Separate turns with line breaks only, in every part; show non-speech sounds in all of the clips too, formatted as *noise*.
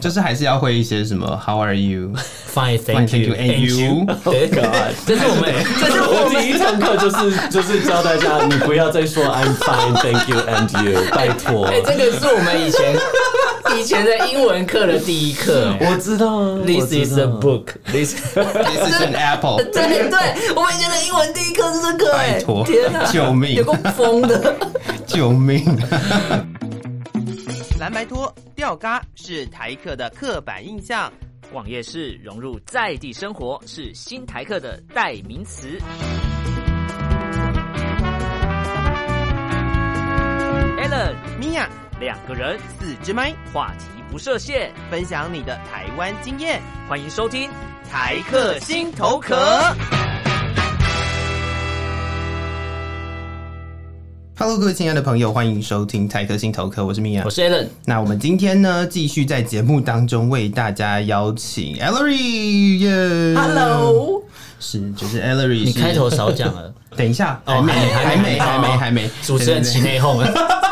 就是还是要会一些什么 How are you？Fine,
Fine, thank
thank
you,
you, Oh, and *laughs* you
对， *laughs* 这是我
*laughs*
们，这是
我第一堂课就是就是教大家，你不要再说 I'm fine, thank you and you，拜
*laughs*
托。
哎，这个是我们以前以前的英文课的第一课。
我知道啊
This
我知
is a
道
book. This
*laughs* 这是 an apple，
*laughs* 对对，我们以前的英文第一课是这个、哎，
拜托
天哪，
救命嗯
有够疯
*laughs*
的。
救命！
蓝白拖吊嘎是台客的刻板印象。
网页式融入在地生活是新台客的代名词。Allen
米娅，
两个人，
四支麦，
话题不设限，
分享你的台湾经验，
欢迎收听
台
台
客
客
心
心
头
头
壳
壳。。
Hello，各位亲爱的朋友，欢迎收听泰克心头壳，我是米娅
我。是 Alan，
那我们今天呢，继续在节目当中为大家邀请 Ellery，耶、
Hello，
是就是 Ellery，
你
是
开头少讲
*laughs*
了，
等一下，
哦
还没，
还
还
没
没，
还
还
没
没，还没，
主持人
对
起，内讧了，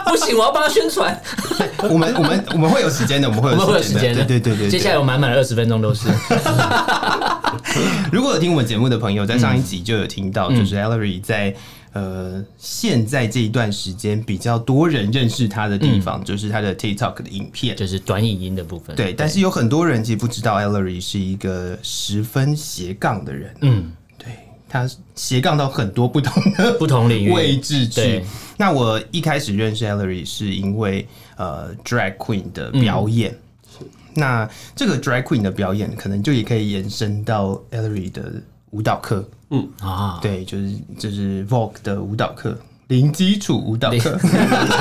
不行，我要帮他宣传，
对对我们我们我们会有时间的，我们会
我们会有
有
时间的，
的，对对对对。
接下来有满满的二十分钟都是，
来， *laughs* 如果有听我们节目的朋友，在上一集就有听到，就是 Ellery 在。呃，现在这一段时间比较多人认识他的地方，就是他的 TikTok 的影片，
就是短影音的部分。
对，但是有很多人其实不知道 Ellery 是一个十分斜杠的人，
嗯，
对他斜杠到很多不同的
不同领域
位置去
对。
那我一开始认识 Ellery 是因为呃 drag queen 的表演。
嗯
那这个 drag queen 的表演，可能就也可以延伸到 Ellery 的舞蹈课，
啊，
对，就是就是 Vogue 的舞蹈课，零基础舞蹈课。 *laughs*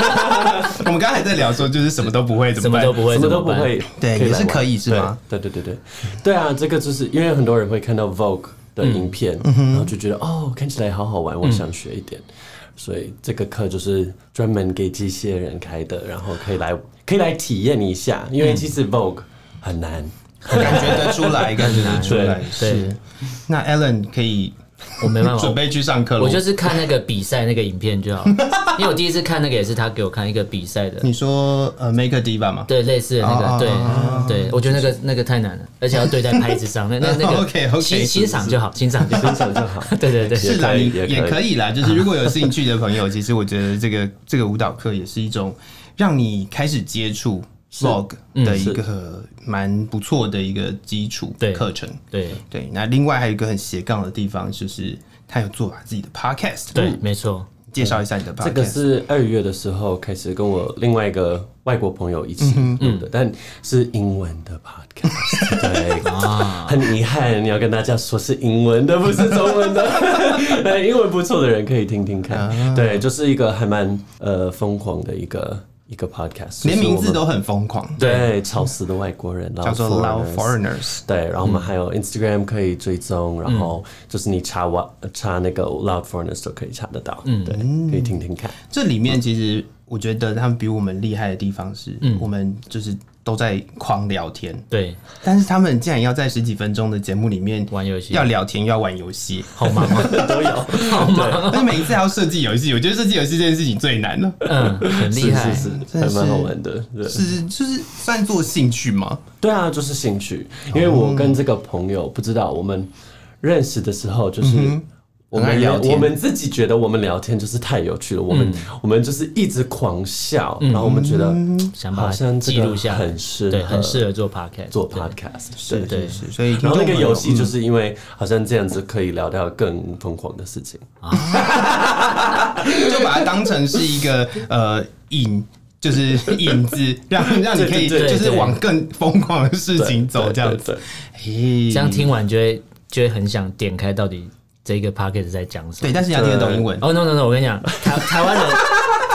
我们刚才还在聊说，就是什么都不会，怎
什
么
么
办
都不会，
什么都不
办。
会，
对
来
也是
玩
可以是吗？
对对对对对，对啊，这个就是因为很多人会看到 Vogue 的影片，
嗯
然后就觉得哦，看起来好好玩，我想学一点。所以这个课就是专门给这些人开的，然后可以来可以来体验一下，因为其实 Vogue 很难。
感觉得出
*laughs*
来，感觉得出来。
对
是，那 Alan 可以
我没办法，
准备去上课了。
我就是看那个比赛那个影片就好，因为我第一次看那个也是他给我看一个比赛的，
你说呃，Make a Diva 嘛，
对，类似的那
哦
个，
哦
对对，我觉得那个那个太难了，而且要对在拍子上，那那那个
OK，OK，
欣欣赏就好，欣赏就
欣
好，
赏就好
*laughs* 对对对，
是啦，
可以
你
也可以
也可以
*laughs*
啦。就是如果有兴趣的朋友，其实我觉得这个这个舞蹈课也是一种让你开始接触 vlog
嗯
的一个蛮不错的一个基础
对
课程。
对
对，那另外还有一个很斜杠的地方，就是他有做把自己的 podcast。
对，，没错，
介绍一下你的 podcast。
这个是二月的时候开始跟我另外一个外国朋友一起
嗯
录的，但是英文的 podcast，对，很遗憾要跟大家说是英文的，不是中文的。对，英文不错的人可以听听看，
啊
对，就是一个还蛮呃疯狂的一个一个 podcast，
连名字
就是我们
都很疯狂，
对，吵死的外国人，
叫做
Loud
Loud
Foreigners
Foreigners。
对，然后我们还有 Instagram 可以追踪，然后就是你查哇查那个 Loud Foreigners 都可以查得到，对，可以听听看。
这里面其实我觉得他们比我们厉害的地方是，
嗯
我们就是都在狂聊天，
对，
但是他们竟然要在十几分钟的节目里面
玩游戏
要聊天，又要玩游戏，
好忙啊，都有，好忙
而
啊，
且每一次还要设计游戏，我觉得设计游戏这件事情最难了。
嗯，很厉害，
是是
真的
是，还蛮
是
好玩的。对
是，就是算做兴趣吗？
对啊，就是兴趣，因为
哦
我跟这个朋友不知道我们认识的时候就是。我
嗯很爱
们
聊天嗯
我们自己觉得我们聊天就是太有趣了，我们、我们就是一直狂笑，然后我们觉得
想把
好像
它
这
记
个
录下来，
很适
对，
合
很适合做 podcast，
做
对
podcast，
是对
是是，所以
然后那个游
嗯
戏就是是因为好像这样子可以聊到更疯狂的事
嗯
情，
就把它当成是一
*laughs*
个呃引。就是引子，
*laughs*
让让你可以
对
对
对
就是
对
往更疯狂的事情走，这样子。
子。
嘿
这样听完就会就会很想点开到底这个 podcast 在讲什么
对，。但是你要听得懂英文。
哦、no no no！我跟你讲，
*laughs*
台台湾人，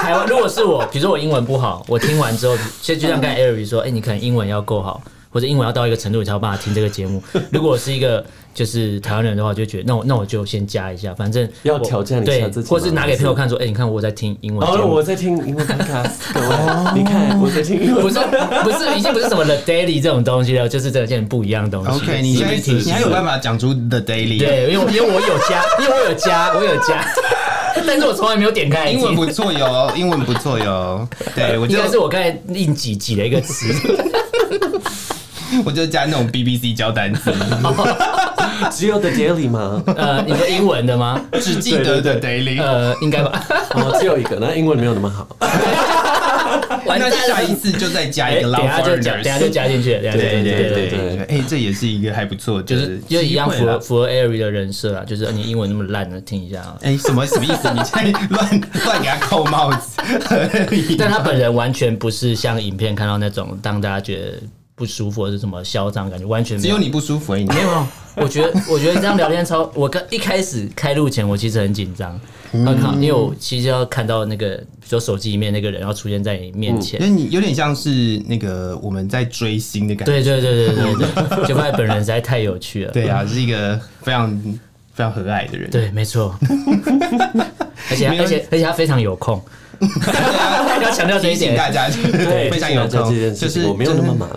台湾如果是我，比如说我英文不好，我听完之后，就就像刚才 Eric 说，哎、你可能英文要够好，或者英文要到一个程度，你才有办法听这个
*laughs*
节目。如果我是一个就是台湾人的话，就觉得那我那我就先加一下，反正
要
我
挑战一下
对
自己吗
或是拿给朋友看说，哎、你看我在听英文
然
节
后
目。
哦我在听英文 podcast，各
哦
位，你看我在
*laughs*
听英文，
不是不是，已经不是什么 The Daily 这种东西了，就是这件不一样的
哦
东西。
OK，你现在
哦是不是
你还有办法讲出 The Daily？，
对，因为我因为我有加，因为我有加，我有加，但是我从来没有点开来听
英文不错哟，英文不错哟。对，我
应
觉
该是
得
我刚才硬挤挤了一个词。
*laughs* 我就加那种 BBC 教单
*laughs*
词，
只有 The Daily 吗？
*laughs* 呃，你说英文的吗？
只记得的 daily。
呃，应该吧。
*laughs*
*laughs* 哦，只有一个，那英文没有那
*laughs*
么好。
完
那
蛋了
下一次就再加
哎
一个
等
love
一下就
foreigners。
讲，等一下就加进去，对
对对对
对
对，哎、这也是一个还不错的
就
机会
是
啦，
就一样符合符合 Airy 的人设啊，就是呃你英文那么烂的，听一下啊。
哎、什么什么意思？你在乱乱给他扣帽子？
*laughs* 但他本人完全不是像影片看到那种让大家觉得不舒服或是什么嚣张的感觉，完全没
只有你不舒服而已。
没有，我觉得我觉得这样聊天超， *laughs* 我刚一开始开录前我其实很紧张，
嗯
很好，因为我其实要看到那个，比如说手机里面那个人要出现在你面前
就。是你有点像是那个我们在追星的感觉。
对对对对对对，就发现本人实在太有趣了。
对啊，是一个非常非常和蔼的人。
对，
*laughs*
没错。而且
没有
而且而且他非常有空， *laughs* 要强调这
提
一
醒
点。
大家，
*laughs*
对 *laughs* 非常有
这
空
件，
就
事
是
情我没有那么忙。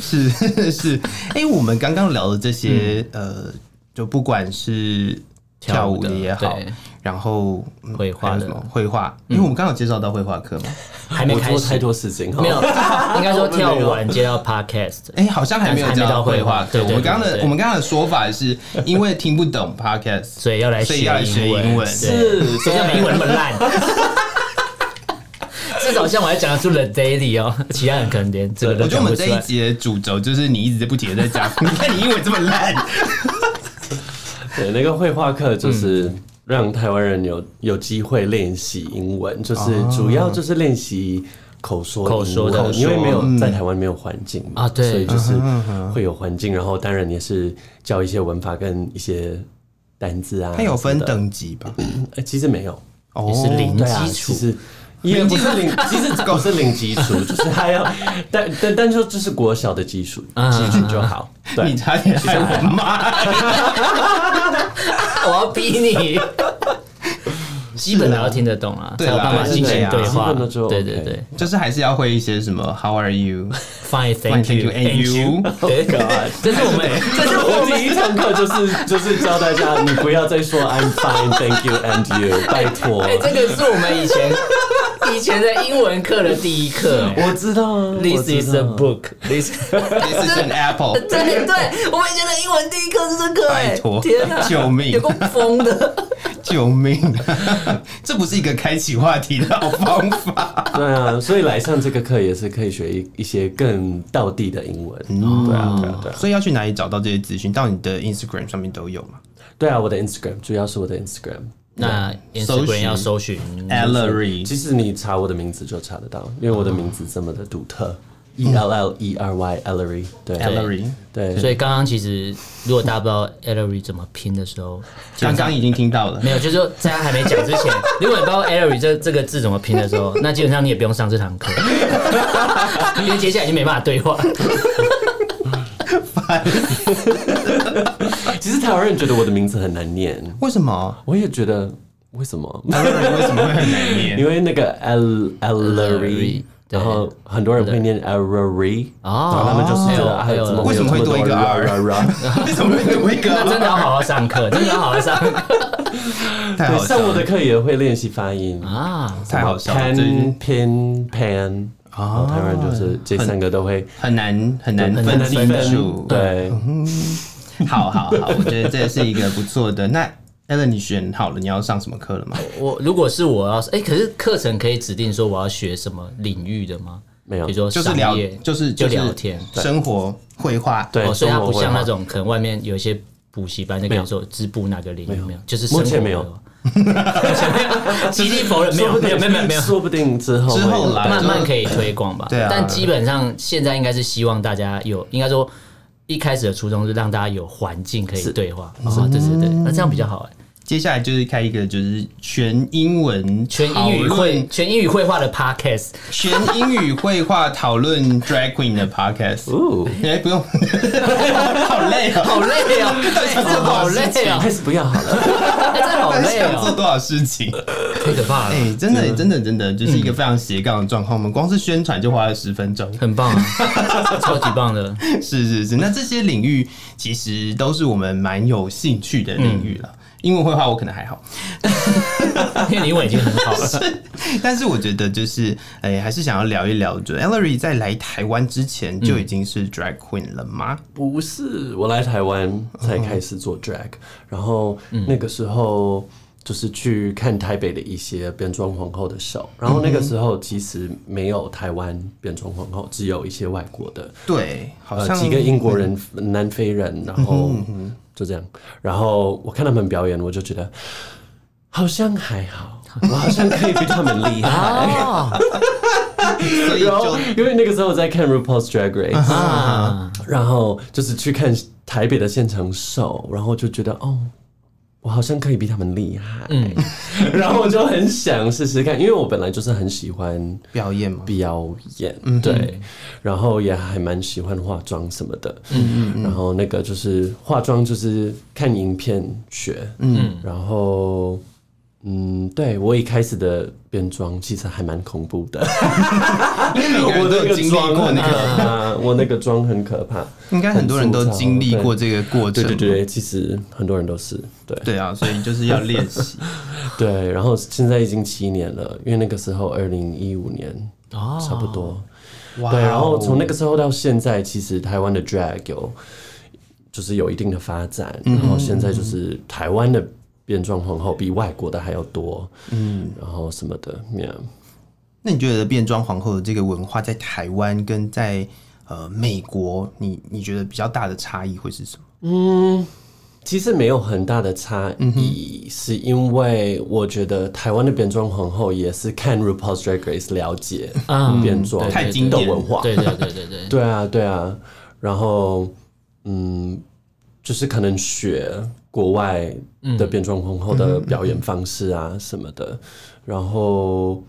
是 *laughs* 是，哎、我们刚刚聊的这些，呃，就不管是跳
嗯跳舞
舞
的
的也好
对，
然后、嗯
绘画的
还有
嗯
什么绘画，因为我们刚刚有介绍到绘画课嘛，
还没
我
开
做
始
太，多事情哈， *laughs*
没有，应该说跳舞完接到 podcast，
哎、好像还没有
还没
讲
到绘
绘
画
画
对
课。
对
我们刚刚
对
的
对
我们刚刚的说法是
*laughs*
因为听不懂 podcast，
所以要来
所以要来学
英
英文
对
是
谁叫你英文那么烂？ *laughs* 至少像我还讲得出了 daily 哦，其他人可能连这个
我
都
觉得
讲
我
不
们
出
这一
来。
集的主轴就是你一直在不停的在讲，你 *laughs* 看你英文这么
*laughs*
烂，
对，那个绘画课就是
嗯
让台湾人有有机会练习英文，就是主要就是练习口说英文
哦口说的
因为没有在台湾没有环境嘛
啊对
所以就是
嗯
会有环境，然后当然也是教一些文法跟一些单字啊。
它有分
什么的，
等级吧？
呃其实没有，
哦
是零
对啊，
基础
其实也不是
*laughs*
零，其实不是零基础，就是还要，但但但就就是国小的基础，
啊
基础就好。对
你，差点害我妈。
啊我要逼
*laughs*
你，基本的要听得懂啊，
对
才有
啦
办法进
对
行
啊
对话
基本的就。
对对
OK
对
*laughs* 就是还是要会一些什么 How are you？
，Fine, thank
Fine, thank you,
you,
and you
对， *laughs* 这是我们，这是我
我
们
第一堂课就是 *laughs* 就是教大家，你不要再说 I'm fine, thank you and you，拜托
哎、。这个是我们
*laughs*
以前以前的英文课的第一课、哎
我知道啊
This
我知
is a
道
book. This
这是 an apple，*laughs*
对对，我们以前的英文第一课是这个、哎
拜托
天哪，
救命
有够疯的。
*laughs* 救命、啊 *laughs* 这不是一个开启话题的好方
*laughs*
法。
对啊，所以来上这个课也是可以学一一些更道地的英文。
嗯
对啊，对啊，对啊，
嗯所以要去哪里找到这些资讯？到你的 Instagram 上面都有嘛
对啊，我的 Instagram 主要是我的 Instagram。
那
搜
Instagram
寻嗯
要搜寻，
嗯
？Ellery，
其实你查我的名字就查得到，因为我的名字这么的独特，E L L E R Y Ellery，对
Ellery，
所
对，
以刚刚其实如果大家不知道 Ellery 怎么拼的时候，
刚刚已经听到了
没。有，就是说在他还没讲之前，如果你不知道 Ellery 这这个字怎么拼的时候，那基本上你也不用上这堂课，因为接下来已经没办法对话。
其实台湾人觉得我的名字很难念，
为什么
我也觉得为什么？
Ellery 为什么会很难念？
*laughs* 因为那个 L Ellery，
对
然后很多人会念 E，Ellery，
哦
然后他们就是觉得啊，
还有
怎么
为什么会
有这
多一
么
个
多啊
R？为 *laughs* 什么会多
*laughs*
一个
那真的要好好上课，真的要好好上课
太好
对，
笑
上我的
了！
课也会练习发音。
啊！
太好笑了，这
pan pin pan，啊，台湾人就是这三个都会
很难很难
很
分
难
清楚。
对，
*laughs*
嗯
好好好，我觉得这是一个不错的。那 Ellen，你选好了你要上什么课了吗？
我如果是我要，哎、可是课程可以指定说我要学什么领域的吗？
没有
比如说
就是
商
聊
业，，
就是
就是聊天，
生活、绘画。
对
哦，所以它不像那
生
种可能外面有一些补习班，就跟你说支部哪个领域没有，就是生活
目前没有
的话。目前没有，极力否认，没有，没有，没有，没有，没有。
说不定之后
之后
会有
啦
慢慢
就
可以推广吧。
对啊
但基本上现在应该是希望大家有，应该说一开始的初衷是让大家有环境可以对话。哦，对对对，那这样比较好哎。
接下来就是开一个就是全英文
全英语
讨
绘
论、
全英语绘画的 podcast，
全英语绘画讨论 drag queen 的 podcast。
哦，
哎、不用， *laughs* 好累啊、
好累
*laughs*
哦，
这
好累哦，
还是不要好了。
哎真的好累
*laughs* 想做
哦，
多少事情？
太可怕了
哎、，真的，真的，真的，就是一个非常斜杠的状况。我们光是宣传就花了十分钟。
很棒，啊，超级棒的。
嗯是是是，那这些领域其实都是我们蛮有兴趣的领域了。英文绘画我可能还好，
因为你英文已经很好了。
*laughs* 但是我觉得就是，哎、还是想要聊一聊，就 Ellery 在来台湾之前就已经是 drag queen 了吗？
不是，我来台湾才开始
嗯
做 drag，、然后那个时候就是去看台北的一些变装皇后的秀，然后那个时候其实没有台湾变装皇后，只有一些外国的，
对，好
呃
像、嗯
几个英国人、南非人，然后就这样，然后我看他们表演，我就觉得好像还
*laughs*
好，我好像可以比他们厉害。
哦
所以
然后
就，
因为那个时候我在看 RuPaul's Drag Race，、
*laughs* 啊，
然后就是去看台北的现场秀，然后就觉得哦，我好像可以比他们厉害， *laughs* 然后我就很想试试看，因为我本来就是很喜欢
表演嘛，
表演，嗯对，然后也还蛮喜欢化妆什么的，嗯嗯，然后那个就是化妆就是看影片学，嗯，然后。嗯，对我一开始的变装其实还蛮恐怖的，
*laughs* 我
我
都有
那个
经历
妆
过
很
那
可
个，
怕， *laughs* 我那个妆很可怕。
应该很多人都经历过这个过程
对
吧，
对对，其实很多人都是对 *laughs*
对啊，所以就是要练习。
对，然后现在已经七年了，因为那个时候二零一五年
哦
差不多，
哇
*laughs*
哦
对，然后从那个时候到现在，其实台湾的 drag 有就是有一定的发展，然后现在就是台湾的变装皇后比外国的还要多，嗯，然后什么的，yeah，
那你觉得变装皇后的这个文化在台湾跟在呃美国，你你觉得比较大的差异会是什么？
其实没有很大的差异，是因为我觉得台湾的变装皇后也是看 RuPaul's Drag Race 了解
啊
变装
对
嗯太经典
的文化，
对对对对对，
对啊，对啊，然后嗯，就是可能学国外的变装皇后的表演方式啊什么的，然后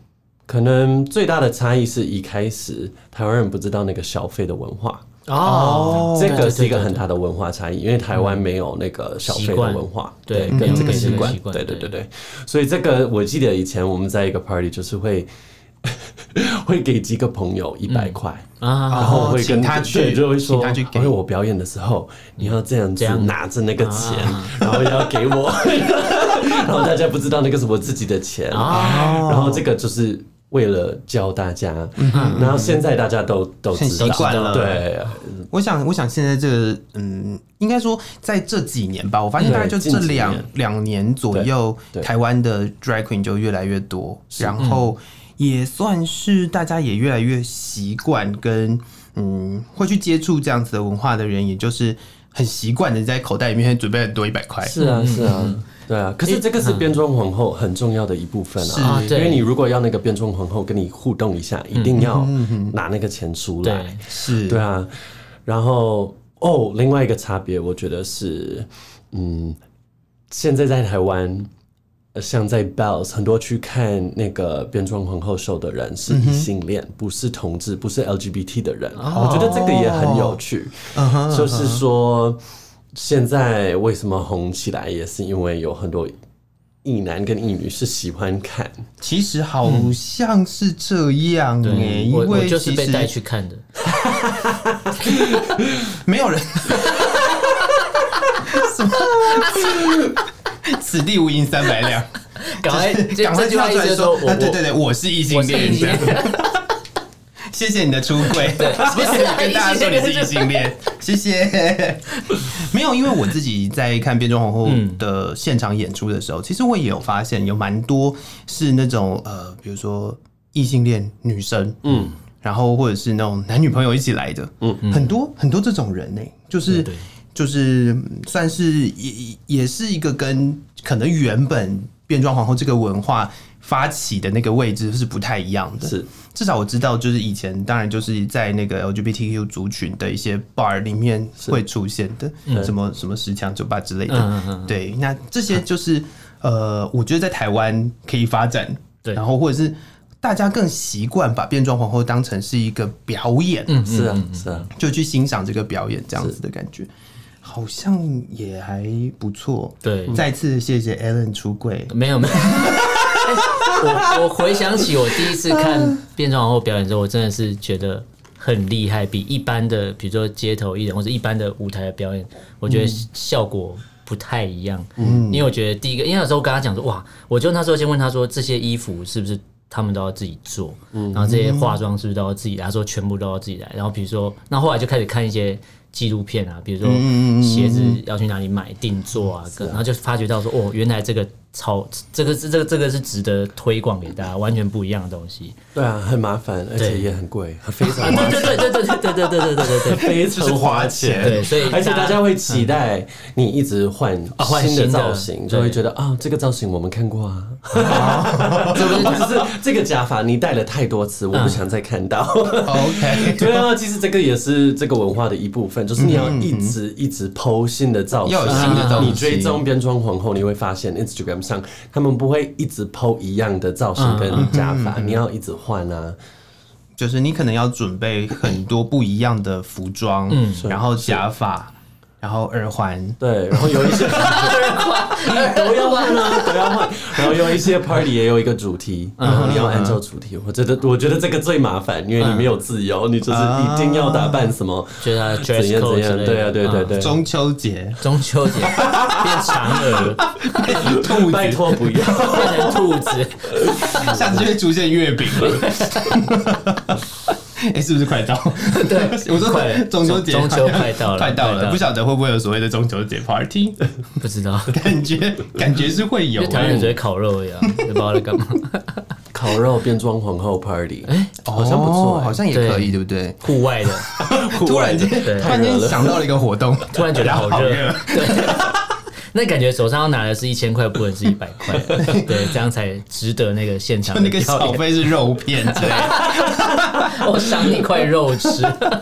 可能最大的差异是一开始台湾人不知道那个消费的文化。
哦
这个是一个很大的文化差异，因为台湾没有那个消费的文化，
习惯对没
跟
有
这个
没有
习
这
惯
个习，惯
对对
对
对对，所以这个我记得以前我们在一个 party 就是会 *laughs* 会给几个朋友一百块，
啊，
然后
哦
会跟
请他去
对就会说，
请他去给
因为我表演的时候，你要这样
这
子
样
拿着那个钱，
啊
然后要给我， *laughs* 然后大家不知道那个是我自己的钱，
哦
然后这个就是为了教大家，
嗯
然后现在大家都都
很
知道
习惯了
对，
我想，我想现在这个，嗯，应该说在这几年吧，我发现
对
大概就这
近几年
两两年左右，
对对
台湾的 drag queen 就越来越多，然后也算是大家也越来越习惯跟嗯会去接触这样子的文化的人，也就是很习惯的在口袋里面准备很多一百块，
是啊，是啊，
嗯
对啊。可是这个是变装皇后很重要的一部分
是嗯
啊
啊，
对
因为你如果要那个变装皇后跟你互动一下，一定要拿那个钱出来，
对
是
对啊。然后哦，另外一个差别，我觉得是，嗯，现在在台湾。呃像在 Bells，很多去看那个变装皇后秀的人
嗯
是异性恋，不是同志，不是 LGBT 的人。我觉得这个也很有趣。
哦嗯哼，
就是说，现在为什么红起来，也是因为有很多异男跟异女是喜欢看，
其实好像是这
嗯
样诶、因
我我
为
就是
其
被带
实
去看的，
没有人。 *laughs* 什么？此地无银三百两。
赶快
*laughs*
这
赶快
这句话
跳
意
出来
思就是说
说，
我
啊对对对，我是异性
我是
恋
异
这
性
样。
*laughs*
谢谢你的出 *laughs* 柜，不是跟大家说你是异性恋，谢谢。 *laughs* 没有，因为我自己在看变装皇后的现场演出的时候，其实我也有发现有蛮多是那种呃，比如说异性恋女生，嗯，然后或者是那种男女朋友一起来的，嗯，很多很多这种人呢、就是。
对
就是嗯算是也也也是一个跟可能原本变装皇后这个文化发起的那个位置是不太一样的。
是
至少我知道，就是以前当然就是在那个 LGBTQ 族群的一些 bar 里面会出现的，什么什么十强酒吧之类的。
嗯嗯嗯嗯
对，那这些就是呃，我觉得在台湾可以发展，
对
然后或者是大家更习惯把变装皇后当成是一个表演，嗯
是啊，是啊，
就去欣赏这个表演，这样子的感觉，好像也还不错。
对嗯
再次谢谢 Alan 出柜，
没有没 *laughs* 有。我我回想起我第一次看变装皇后表演的时候，我真的是觉得很厉害，比一般的比如说街头艺人或者一般的舞台的表演，我觉得效果不太一样。嗯，因为我觉得第一个，因为那时候跟他讲说，哇，我就那时候先问他说，这些衣服是不是他们都要自己做？然后这些化妆是不是都要自己来？他说全部都要自己来。然后比如说，那后来就开始看一些。纪录片啊，比如说鞋子要去哪里买定做啊，跟然后就发觉到说，哦，原来这个超这个是这个这个是值得推广给大家，完全不一样的东西。
对啊，很麻烦，而且也很贵，非常
啊，
麻烦
对对对对对对对对对对对对，
非常 *laughs* 花钱，
*laughs*
对所以
而且大家会期待你一直换
换
新的
新的
造型，就会
对
觉得啊，这个造型我们看过啊， *laughs* 就是这个假发你戴了太多次，我不想再看到。
OK，
*laughs* 对啊，其实这个也是 *laughs* 这个文化的一部分，就是你要一直一直剖嗯新的造型，啊嗯
要有新的造型
你追踪变装皇后，你会发现 Instagram 上他们不会一直剖一样的造型跟假发，你要一直换啊。
就是你可能要准备很多不一样的服装，嗯，然后假发，然后耳环，
对，然后有一些都要换啊，都要换。然后有一些 party 也有一个主题，
嗯
然后你要按照主题。我觉得，我觉得这个最麻烦，因为
嗯
你没有自由，你就是一定要打扮什么，
就是他的啊 dress
怎样
code
怎
之
样。
类的嗯
对啊，对对对。
中秋
*laughs*
节
中秋节变嫦娥，
兔 *laughs*
拜
子，
托不要，
*laughs* 变成兔子，
下次就会出现月饼了。 *laughs* 哎、是不是快到？对， *laughs* 我
快了
说中秋节，
中中秋快到
快到
了快到
了，
了
不晓得会不会有所谓的中秋节 party，
不知道，
感觉感觉是会
因
有
为台湾人只会烤肉一样，也不知道在干嘛。
*laughs* 烤肉变装皇后 party，
哎
哦好
好像不错，
好像也
哦对
可以，对不对？
户外的，
突然间，
对
突然间想到了一个活动，
突然觉得好
好
热
热，
对。 *laughs* 那感觉手上要拿的是一千块，不能是一百块，对，这样才值得那个现场的
*laughs* 那个
表
小
演。
费是肉
*laughs*
片之类的。
我赏你块肉吃，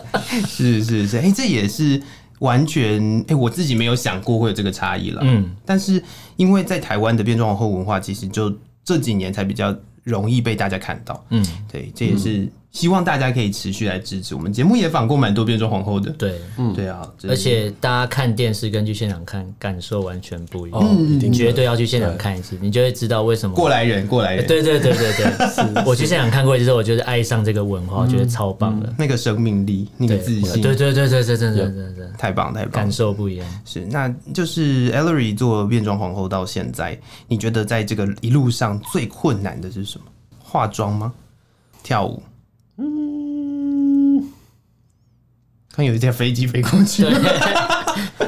*laughs*
是是是，哎、这也是完全哎、诶我自己没有想过会有这个差异了。
嗯
嗯，但是因为在台湾的变装皇后文化，其实就这几年才比较容易被大家看到。
嗯，
对，这也是希望大家可以持续来支持我们节目，也访过蛮多变装皇后的。
对。
对啊，这
嗯而且大家看电视跟去现场看感受完全不一样，
哦一
你
定的
绝对要去现场看一次，你就会知道为什么
过来人，过来人，
对对对对对，我去现场看过一次之后，我就是爱上这个文化，我觉得超棒的。
那个生命力，那个
对
嗯自信，
对对对对对对对对对，
太棒太棒
感，受不一样。
是，那就是 Ellery 做变装皇后到现在，你觉得在这个一路上最困难的是什么？化妆吗？跳舞？嗯看有一架飞机飞过去，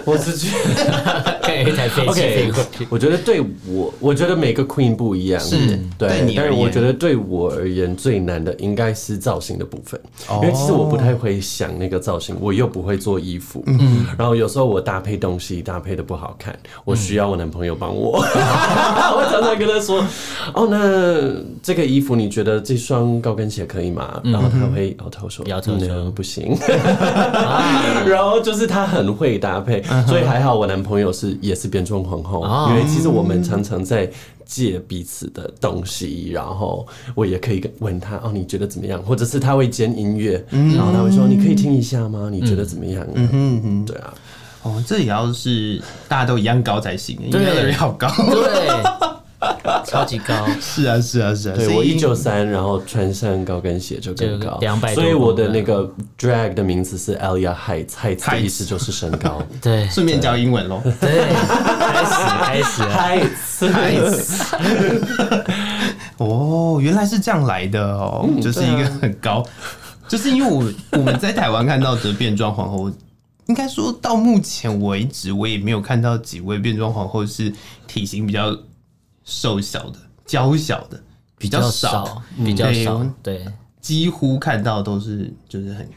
我是觉得。
看有一台飞机
OK，
飞过去，
我觉得对我，我觉得每个 queen 不一样，
是对
对
你，
但
而言
是我觉得对我而言最难的应该是造型的部分，因为其实我不太会想那个造型，我又不会做衣服，
嗯
然后有时候我搭配东西搭配的不好看，我需要我男朋友帮我，
嗯
*laughs* 我常常跟他说，哦，那这个衣服你觉得这双高跟鞋可以吗？
嗯
然后他会摇头说，
摇头说
嗯不行。 *laughs* 然后就是他很会搭配，
嗯
所以还好我男朋友是也是变装皇
哦
后，因为其实我们常常在借彼此的东西，然后我也可以问他哦，你觉得怎么样？或者是他会兼音乐，然后他会说你可以听一下吗？你觉得怎么样啊？
嗯哼，
对啊，
*laughs* 哦，这也要是大家都一样高才行，因为
对
Ellery 好高，
对，超级高，
*laughs* 是啊是啊是啊，
对
所以
我一九三，然后穿上高跟鞋就更高，
就200
所以
啊
我的
多
那个 drag 的名字是 Alia Heights，Heights 的
Heights
意思就是身
*laughs*
高
对
顺便教英文喽。
对，开始开始了，
，Heights。
哦，原来是这样来的哦，
嗯
就是一个很高，
啊
*laughs* 就是因为我我们在台湾看到的变装皇后，应该说到目前为止，我也没有看到几位变装皇后是体型比较瘦小的、娇小的，比
比
较
较
少，
少，比较少
嗯，
对
几乎看到都是就是很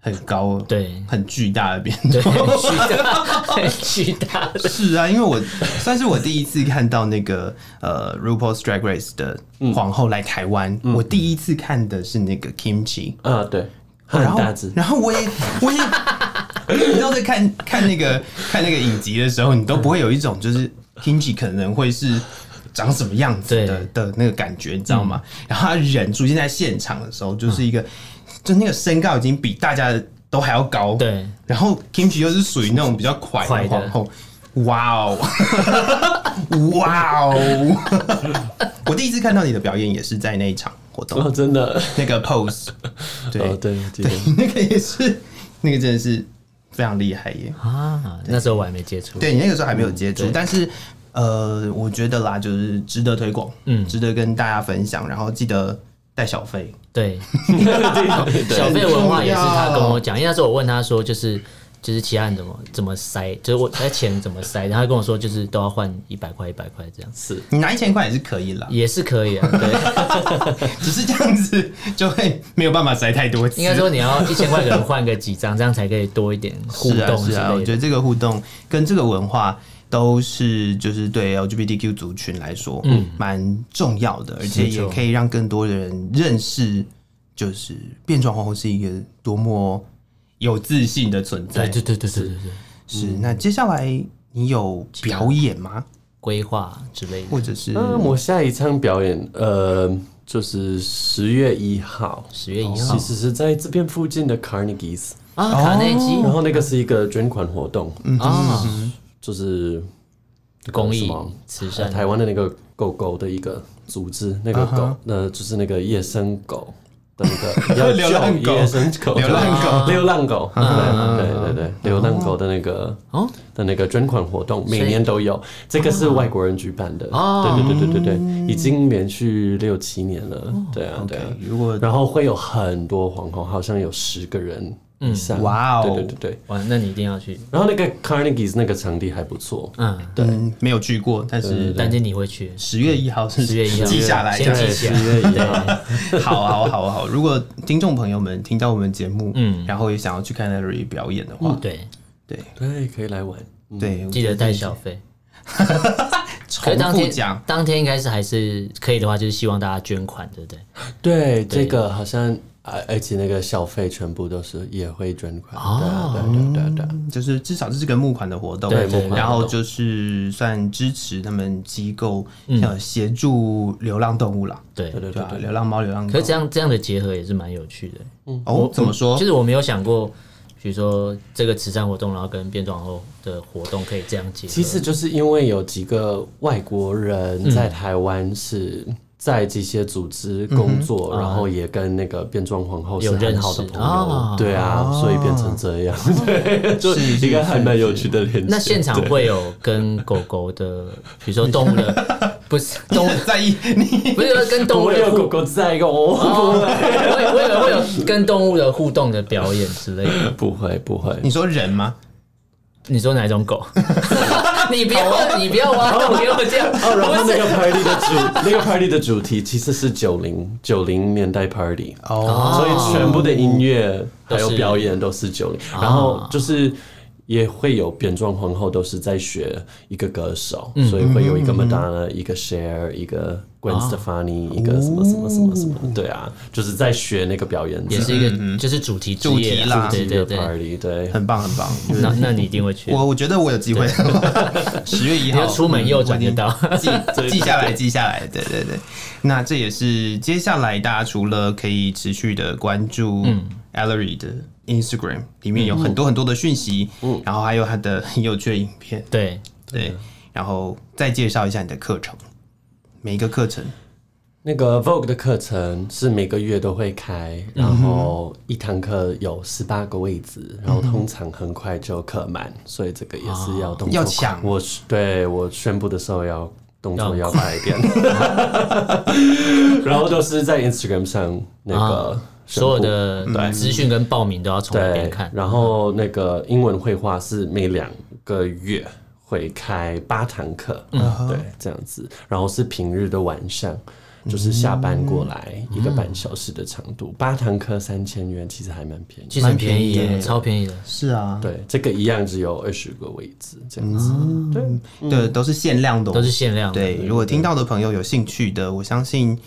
很高，
对
很巨大的变
对，
装。
很巨大，很巨大的，
*laughs* 是啊，因为我算是我第一次看到那个呃 RuPaul's Drag Race 的
嗯
皇后来台湾，我第一次看的是那个 Kimchi，
啊，对，很
然后
大只，
然后我也我也，你知道在看看那个看那个影集的时候，你都不会有一种就是 Kimchi 可能会是。长什么样子的的那个感觉，你知道吗？然后他人出现在现场的时候，就是一个，就那个身高已经比大家都还要高。
对，
然后 Kimchi 又是属于那种比较快
快的
的皇后，哇哦，哇哦！我第一次看到你的表演也是在那一场活动，
哦，真的，
*laughs* 那个 pose，对、
*laughs* 哦，对，对。
对，那个也是，那个真的是非常厉害耶。嗯
啊，那时候我还没接触。
对你那个时候还没有接触，
对
但是呃，我觉得啦，就是值得推广，
嗯
值得跟大家分享，然后记得带小费，
对，小费文化也是他跟我讲，因为那时候我问他说，就是就是其他人怎么怎么塞，就是我他钱怎么塞，然后他跟我说就是都要换一百块一百块这样，
是
你拿一千块也是可以啦，
也是可以 *laughs* 啊。对，
只是这样子就会没有办法塞太多次。
应该说你要一千块可能换个几张，这样才可以多一点互
是啊
动之
是啊，我
类
觉
的。
得这个互动跟这个文化都是就是对 LGBTQ 族群来说，嗯，蛮重要的，而且
没错
也可以让更多的人认识，就是变装皇后是一个多么有自信的存在。
对对对对对对对，
是，那接下来你有表演吗？
规划之类的
或。者是
嗯，我下一场表演，呃，就是十月一号，
十月一号
其实是在这边附近的 Carnegie's，
啊，卡内基
然后那个是一个捐款活动，
啊，
就是
公
什
益
么
慈
呃
善
台湾的那个狗狗的一个组织，
啊
那个狗，那、就是那个野生狗的那个
*laughs*
要
流浪
救
狗
野生狗，啊
流浪狗啊
狗，流浪狗，对对对对，流浪狗的那个
哦
的那个捐款活动，每年都有，这个是外国人举办的，
哦
对对对对对对，已经连续六七年了，对啊对啊。
如果
然后会有很多皇后，好像有十个人以上。
哇哦
对对对对。
哇，那你一定要去，
然后那个 Carnegie 那个场地还不错，
嗯，
嗯没有去过，但是
但是你会去，
十月一号是
十月
*laughs*
一号
记下来，
先记
对
起来，
*laughs* 好啊好啊好啊好啊。如果听众朋友们听到我们节目，嗯
嗯，
然后也想要去看 Larry 表演的话，
对，
对
对，可以来玩。
对，我
嗯记得
觉
带小 *laughs* 费。可
重
是当
复
天
讲，
当天应该是还是可以的话，就是希望大家捐款，对不对？
对，这个好像，而而且那个小费全部都是也会捐款的，对啊对对对对。
就是至少这是个募款的活动，
对募款活动
然后就是算支持他们机构呃协助流浪动物啦，
嗯对。
对对啊
对吧？
对
流浪猫、流浪
可
狗
是，这样这样的结合也是蛮有趣的。
哦，怎么说
就？是我没有想过，比如说这个慈善活动，然后跟变装后的活动可以这样结合。
其实就是因为有几个外国人在台湾是在这些组织工作，然后也跟那个变装皇后是
有认识
很好的朋
啊
友，对啊，所以变成这样，对， *laughs* 就是
是
一个还蛮有趣的联系。
那现场
对
会有跟狗狗的， *laughs* 比如说动物的，不是 *laughs*
*laughs*
动物，
很在意你
不是说跟动物
我
的
有狗
互，
狗在一个，哦我
我以我以为会有跟动物的互动的表演之类的。
*laughs* 不会不会，
你说人吗？
你说哪一种狗？ *laughs* 你不要
啊
你不要挖洞给我这样，
哦，然后
不
那
是
个 party 的主，那 *laughs* 个 party 的主题其实是九零九零年代 party，
哦，
所以全部的音乐还有
都是啊
表演都是九零，然后就是。也会有变装皇后，都是在学一个歌手，
嗯
所以会有一个 Madonna，一个 Cher，一个 Gwen
啊
Stefani，、一个什么什么什么什么，对啊，就是在学那个表演者，
哦也是一个就是主题之夜
嗯
啊
主题啦
对
一
对
个
对。
party，对，
很棒很棒。
那那你一定会去，
我我觉得我有机会， *laughs* 十月一
你
号
要出门右转就
嗯
到。
我已经记记
*laughs*
下来，记下来，对对对。那这也是接下来大家除了可以持续的关注
嗯
Ellery 的 Instagram，里面有很多很多的讯息，然后还有他的很有趣的影片，
嗯哦对，
对，然后再介绍一下你的课程，每一个课程
那个 Vogue 的课程是每个月都会开，然
嗯
后一堂课有十八个位置，
嗯
然后通常很快就客满，所以这个也是要动作快
哦
要抢
我对我宣布的时候要动作
要
要快一点， *laughs* 然后都是在 Instagram 上那个宣布
啊所有的资讯跟报名都要从那边
对
看，。
然后那个英文绘画是每两个月会开八堂课，
嗯
嗯
对，这样子，然后是平日的晚上。就是下
嗯
班过来一个
嗯
半小时的长度，八堂课三千元，其实还蛮便
其
宜。
实很便宜
蛮便宜
耶，
的
超便宜的。
是啊，
对，这个一样只有二十个位置，这样子。
嗯对对，都是限量的哦，
嗯都是限量的
对，如果听到的朋友有兴趣的，我相信。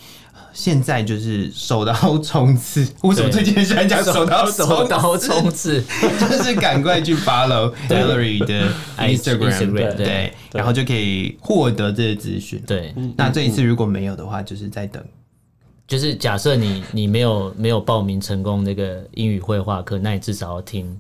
现在就是手刀冲刺，为什么最
对
近喜欢讲手刀冲
手
刺？
刀
*laughs*
冲
嗯
刺，
就是赶快去
*laughs*
follow Valerie 的 Instagram，
Instagram，
对，
对
对然后就可以获得这些资讯。，
对，嗯
那这一次如果没有的话，就是在等。
就是假设你你没有没有报名成功那个英语绘画课，那你至少要听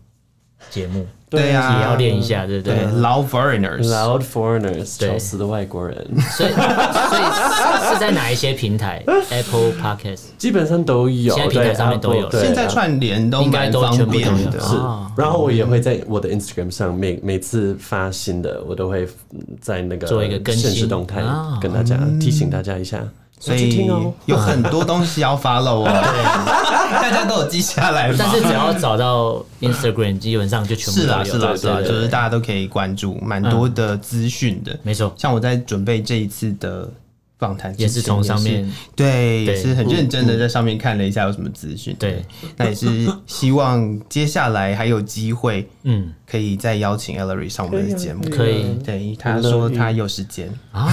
节目，
对啊
也要练一下，对不对？
对，Loud Foreigners，
Loud foreigners，
对
吵死的外国人， *laughs*
所以，所以是是在哪一些
*laughs*
平台？Apple Podcast
基本上都有，
现在平台
对
上面都有
Apple，对啊
现在串联都
啊应该
蛮
都
方
全部都
便
有
的，哦
是
啊，
然后我也会在我的 Instagram 上每每次发新的，我都会嗯在那个
做一个更新
现实动态
啊，
跟大家提醒大家一下，
嗯所
要去
以
听哦。
有很多东西要 follow 哦， *laughs* 大家都有记下来吗？
但是只要找到 Instagram，基本上就全部
是
都有。
啦，是啦，是啦，
对对对
就是大家都可以关注，蛮多的资讯的。
没错
像我在准备这一次的访谈之前，
也是从上面
也是对，也
对嗯
是很认真的在上面看了一下有什么资讯。
对，
那也是希望接下来还有机会，
嗯
可以再邀请 Ellery 上我们的节目。
可以
对，他说他有时间，
啊，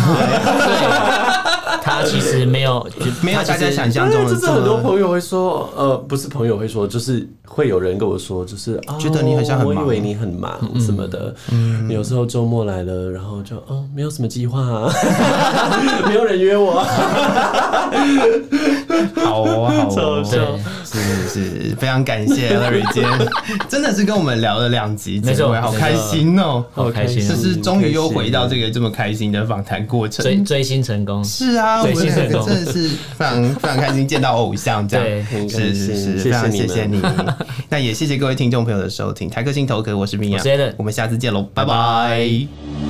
对，他其实没有，就
没有
他
大
其
家
实哎
想象
对，
中的
就是
这
哎很多
么。
朋友会说，呃，不是朋友会说，就是会有人跟我说，就是、啊，
觉得你好像很忙嗯
我以为你很忙什么的。嗯，有时候周末来了，然后就哦，没有什么计划、啊， *laughs* 没有人约我，
好哦，好哦，
超
对，
是是是，非常感谢 Larry 今天
*laughs*
真的是跟我们聊了两集节
没
目，
错
好开心哦、
好开心
就
哦
是终于又回到这个这么开心的访谈过
追
程。
追星成功，
是啊，我
对
们
谢谢
两个
你
真的是非常 *laughs* 非常开心见到偶像这
对
样，
很开
是
心
是是，
谢谢
非常
你
谢
们
谢你。那也谢谢各位听众朋友的收听，台客心头壳，我是明
我是 Alan
阳，我们下次见喽，拜
拜
拜。